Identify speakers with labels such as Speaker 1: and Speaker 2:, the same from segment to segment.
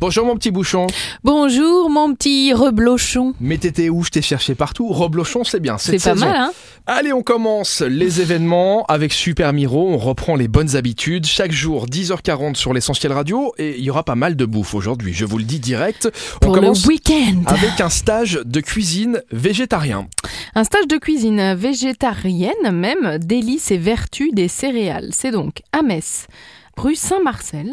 Speaker 1: Bonjour mon petit bouchon.
Speaker 2: Bonjour mon petit reblochon.
Speaker 1: Mais t'étais où Je t'ai cherché partout. Reblochon, c'est bien.
Speaker 2: C'est
Speaker 1: cette
Speaker 2: pas
Speaker 1: saison.
Speaker 2: mal, hein
Speaker 1: Allez, on commence les événements avec Super Miro. On reprend les bonnes habitudes. Chaque jour, 10h40 sur l'essentiel radio. Et il y aura pas mal de bouffe aujourd'hui. Je vous le dis direct. on
Speaker 2: Pour le
Speaker 1: commence
Speaker 2: week-end.
Speaker 1: avec un stage de cuisine végétarien. Ah.
Speaker 2: Un stage de cuisine végétarienne même, délices et vertus des céréales. C'est donc à Metz, rue Saint-Marcel.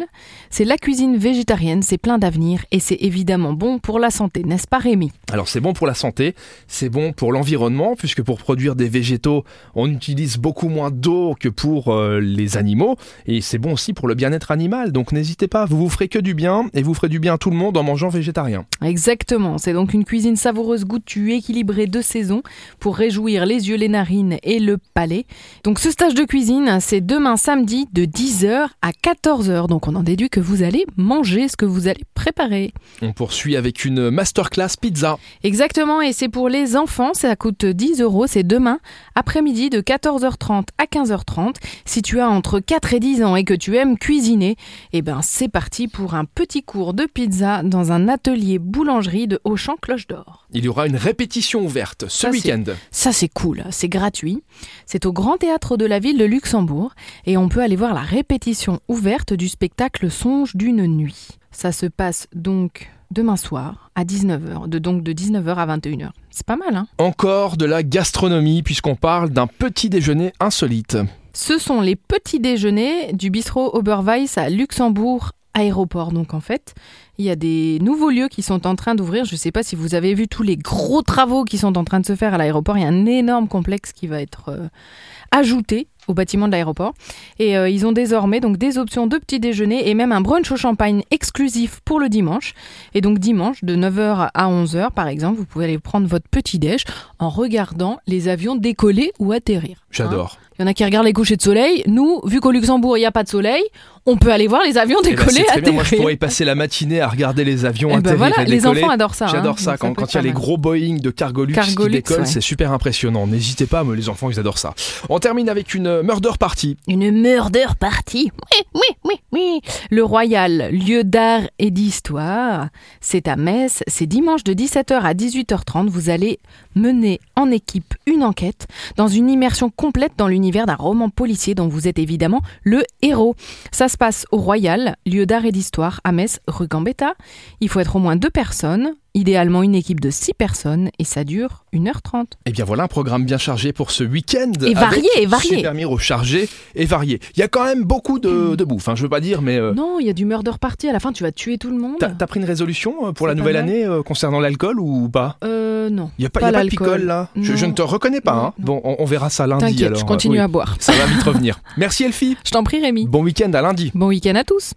Speaker 2: C'est la cuisine végétarienne, c'est plein d'avenir et c'est évidemment bon pour la santé, n'est-ce pas Rémi
Speaker 1: Alors c'est bon pour la santé, c'est bon pour l'environnement, puisque pour produire des végétaux, on utilise beaucoup moins d'eau que pour euh, les animaux, et c'est bon aussi pour le bien-être animal, donc n'hésitez pas, vous vous ferez que du bien, et vous ferez du bien à tout le monde en mangeant végétarien.
Speaker 2: Exactement, c'est donc une cuisine savoureuse, goûtue, équilibrée de saison pour réjouir les yeux, les narines et le palais. Donc ce stage de cuisine, c'est demain samedi de 10h à 14h. Donc on en déduit que vous allez manger ce que vous allez préparer.
Speaker 1: On poursuit avec une masterclass pizza.
Speaker 2: Exactement, et c'est pour les enfants, ça coûte 10 euros, c'est demain après-midi de 14h30 à 15h30. Si tu as entre 4 et 10 ans et que tu aimes cuisiner, eh ben c'est parti pour un petit cours de pizza dans un atelier boulangerie de Auchan Cloche d'Or.
Speaker 1: Il y aura une répétition ouverte ce
Speaker 2: Ça, c'est-
Speaker 1: week-end.
Speaker 2: Ça, c'est cool, c'est gratuit. C'est au Grand Théâtre de la ville de Luxembourg et on peut aller voir la répétition ouverte du spectacle Songe d'une nuit. Ça se passe donc demain soir à 19h, de, donc de 19h à 21h. C'est pas mal, hein
Speaker 1: Encore de la gastronomie, puisqu'on parle d'un petit déjeuner insolite.
Speaker 2: Ce sont les petits déjeuners du bistrot Oberweiss à Luxembourg aéroport. Donc en fait, il y a des nouveaux lieux qui sont en train d'ouvrir. Je ne sais pas si vous avez vu tous les gros travaux qui sont en train de se faire à l'aéroport. Il y a un énorme complexe qui va être euh, ajouté au bâtiment de l'aéroport. Et euh, ils ont désormais donc des options de petits déjeuners et même un brunch au champagne exclusif pour le dimanche. Et donc dimanche, de 9h à 11h par exemple, vous pouvez aller prendre votre petit déj en regardant les avions décoller ou atterrir. Hein
Speaker 1: J'adore.
Speaker 2: il y en a qui regardent les couchers de soleil. Nous, vu qu'au Luxembourg, il n'y a pas de soleil, on peut aller voir les avions
Speaker 1: Eh ben, c'est
Speaker 2: décoller,
Speaker 1: très bien. Moi, je
Speaker 2: atterrir.
Speaker 1: pourrais y passer la matinée à regarder les avions
Speaker 2: Eh ben
Speaker 1: atterrir
Speaker 2: voilà,
Speaker 1: et
Speaker 2: les
Speaker 1: décoller.
Speaker 2: enfants adorent ça.
Speaker 1: J'adore
Speaker 2: hein.
Speaker 1: ça,
Speaker 2: Donc,
Speaker 1: quand,
Speaker 2: peut
Speaker 1: quand
Speaker 2: être
Speaker 1: il y a
Speaker 2: pas
Speaker 1: les
Speaker 2: mal.
Speaker 1: gros Boeing de Cargolux,
Speaker 2: Cargolux,
Speaker 1: qui décollent,
Speaker 2: ouais.
Speaker 1: c'est super impressionnant. N'hésitez pas, mais les enfants, ils adorent ça. On termine avec une euh, murder party.
Speaker 2: Une murder party. Oui, oui, oui, oui. Le Royal, lieu d'art et d'histoire. C'est à Metz. C'est dimanche de 17h à 18h30. Vous allez mener en équipe une enquête dans une immersion complète dans l'univers d'un roman policier dont vous êtes évidemment le héros. Ça se passe au Royal, lieu d'art et d'histoire à Metz, rue Gambetta. Il faut être au moins deux personnes, idéalement une équipe de six personnes, et ça dure 1h30.
Speaker 1: Et Eh bien voilà un programme bien chargé pour ce week-end.
Speaker 2: Et varié,
Speaker 1: avec
Speaker 2: et varié. Mm.
Speaker 1: Super Miro chargé et varié. Il y a quand même beaucoup de, de bouffe, hein, je veux pas dire, mais euh,
Speaker 2: Non, il y a du murder party. À la fin, tu vas tuer tout le monde.
Speaker 1: t'as t'as pris une résolution euh, pour
Speaker 2: C'est
Speaker 1: la
Speaker 2: pas
Speaker 1: nouvelle
Speaker 2: mal.
Speaker 1: année euh, concernant l'alcool ou pas
Speaker 2: Euh, non.
Speaker 1: Il n'y a pas,
Speaker 2: Pas
Speaker 1: y a pas de
Speaker 2: l'alcool.
Speaker 1: picole là je, je
Speaker 2: Non.
Speaker 1: ne te reconnais pas.
Speaker 2: Non,
Speaker 1: hein.
Speaker 2: non.
Speaker 1: Bon, on, on verra ça lundi
Speaker 2: T'inquiète,
Speaker 1: alors. euh,
Speaker 2: je continue
Speaker 1: Oui,
Speaker 2: à boire.
Speaker 1: Ça va vite revenir. Merci Elfie.
Speaker 2: Je t'en prie, Rémi.
Speaker 1: Bon week-end à lundi.
Speaker 2: Bon week-end à tous.